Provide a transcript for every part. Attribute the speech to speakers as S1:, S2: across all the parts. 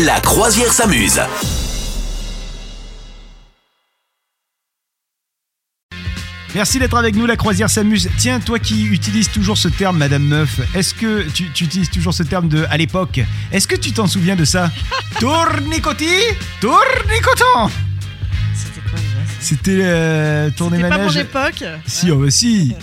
S1: La croisière s'amuse.
S2: Merci d'être avec nous, la croisière s'amuse. Tiens, toi qui utilises toujours ce terme, Madame Meuf, est-ce que tu, tu utilises toujours ce terme de à l'époque Est-ce que tu t'en souviens de ça Tournicoti Tournicotant
S3: C'était quoi déjà ça
S2: C'était euh, tourner
S3: C'était pas
S2: manège.
S3: mon époque.
S2: Si, oh, bah, si.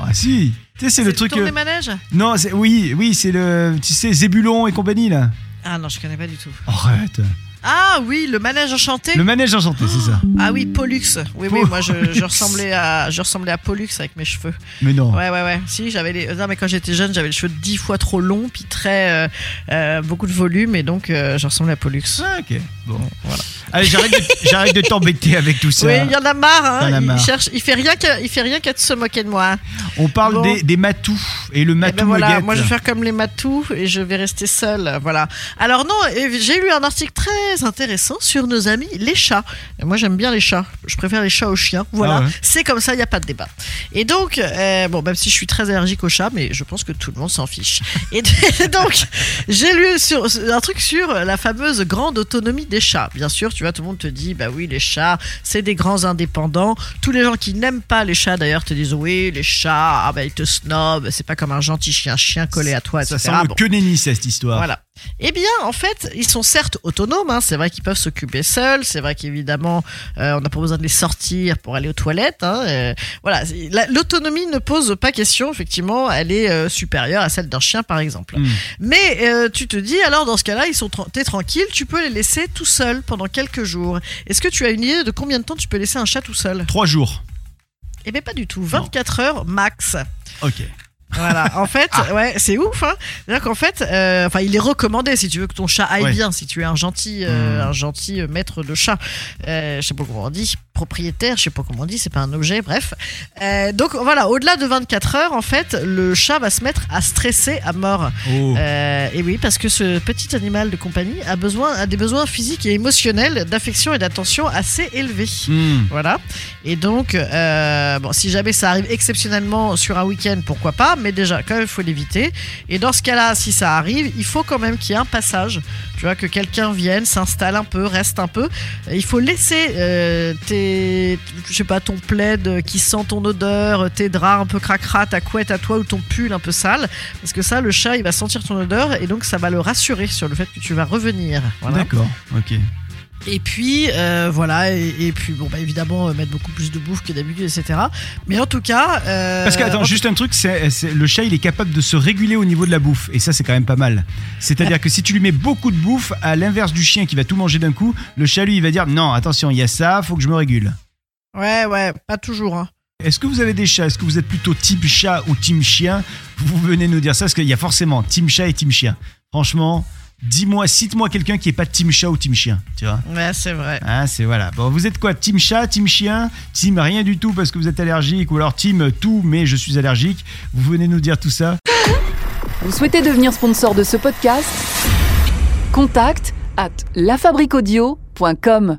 S2: Ah, si. Tu sais, c'est le truc.
S3: Tourner
S2: euh,
S3: manège
S2: Non, c'est- oui, oui, c'est le. Tu sais, Zébulon et compagnie, là.
S3: Ah non, je connais pas du tout.
S2: Arrête.
S3: Ah oui, le manège enchanté.
S2: Le manège enchanté, c'est ça.
S3: Ah oui, Pollux. Oui, oui,
S2: Pollux.
S3: moi je, je ressemblais à, je ressemblais à Pollux avec mes cheveux.
S2: Mais non.
S3: Ouais, ouais, ouais. Si, j'avais les. Non, mais quand j'étais jeune, j'avais les cheveux dix fois trop longs, puis très. euh, euh, beaucoup de volume, et donc euh, je ressemblais à Pollux.
S2: Ah, ok. Bon, voilà. Allez, j'arrête de- j'arrête de t'embêter avec tout ça.
S3: Oui, il y en a marre, hein.
S2: Il y en a
S3: il,
S2: marre.
S3: cherche, il fait rien qu'à, il fait rien qu'à se moquer de moi.
S2: On parle
S3: Bon.
S2: des, des matous et le
S3: Eh
S2: matou
S3: ben voilà,
S2: me
S3: moi je
S2: guette.
S3: vais faire comme les matous et je vais rester seule. Voilà. Alors non, et j'ai lu un article très intéressant sur nos amis les chats. Et moi j'aime bien les chats. Je préfère les chats aux chiens. Voilà.
S2: Ah ouais.
S3: C'est comme ça, il n'y a pas de débat. Et donc, euh, bon, même si je suis très allergique aux chats, mais je pense que tout le monde s'en fiche. Et donc, j'ai lu sur, un truc sur la fameuse grande autonomie des chats. Bien sûr, tu vois, tout le monde te dit, bah oui, les chats, c'est des grands indépendants. Tous les gens qui n'aiment pas les chats, d'ailleurs, te disent, oui, les chats, ah bah, ils te snobent, c'est pas comme un gentil chien-chien collé à toi,
S2: Ça
S3: etc.
S2: semble
S3: Bon.
S2: que nenni, ça, cette histoire.
S3: Voilà. Eh bien, en fait, ils sont certes autonomes. hein. C'est vrai qu'ils peuvent s'occuper seuls. C'est vrai qu'évidemment, euh, on n'a pas besoin de les sortir pour aller aux toilettes. hein. Euh, voilà. C'est- la- L'autonomie ne pose pas question. Effectivement, elle est euh, supérieure à celle d'un chien, par exemple.
S2: Mm.
S3: Mais euh, tu te dis, alors dans ce cas-là, ils sont, tra- t'es tranquille. Tu peux les laisser tout seuls pendant quelques jours. Est-ce que tu as une idée de combien de temps tu peux laisser un chat tout seul
S2: Trois jours.
S3: Eh bien, pas du tout. 24 heures max.
S2: Ok.
S3: Voilà, en fait, ouais, c'est ouf. Hein C'est-à-dire qu'en fait, euh, enfin, il est recommandé si tu veux que ton chat aille
S2: Ouais.
S3: bien, si tu es un gentil, euh, un gentil euh, maître de chat. Euh, je sais pas comment on dit, propriétaire, je sais pas comment on dit, c'est pas un objet, bref. Euh, donc voilà, au-delà de 24 heures, en fait, le chat va se mettre à stresser à mort.
S2: Oh.
S3: Euh, et oui, parce que ce petit animal de compagnie a besoin, a des besoins physiques et émotionnels d'affection et d'attention assez élevés.
S2: Hmm.
S3: Voilà. Et donc, euh, bon, si jamais ça arrive exceptionnellement sur un week-end, pourquoi pas, mais déjà, quand même, il faut l'éviter. Et dans ce cas-là, si ça arrive, il faut quand même qu'il y ait un passage. Tu vois, que quelqu'un vienne, s'installe un peu, reste un peu. Il faut laisser euh, tes, je sais pas, ton plaid qui sent ton odeur, tes draps un peu cracra, ta couette à toi ou ton pull un peu sale. Parce que ça, le chat, il va sentir ton odeur et donc ça va le rassurer sur le fait que tu vas revenir. Voilà.
S2: D'accord. Ok.
S3: Et puis euh, voilà, et, et puis bon bah évidemment euh, mettre beaucoup plus de bouffe que d'habitude, etc. Mais en tout cas, euh,
S2: Parce que, attends, juste un truc, c'est c'est- le chat, il est capable de se réguler au niveau de la bouffe. Et ça, c'est quand même pas mal. C'est-à-dire que si tu lui mets beaucoup de bouffe, à l'inverse du chien qui va tout manger d'un coup, le chat, lui, il va dire Non, attention, il y a ça, faut que je me régule.
S3: ouais ouais, pas toujours. Hein.
S2: Est-ce que vous avez des chats Est-ce que vous êtes plutôt team chat ou team chien Vous venez nous dire ça, parce qu'il y a forcément team chat et team chien. Franchement, dis-moi, cite-moi quelqu'un qui est pas team chat ou team chien, tu vois
S3: Ouais c'est vrai.
S2: Hein, c'est voilà. Bon, vous êtes quoi Team chat, team chien, team rien du tout parce que vous êtes allergique ou alors team tout mais je suis allergique. Vous venez nous dire tout ça.
S4: Vous souhaitez devenir sponsor de ce podcast Contact à lafabriquaudio.com.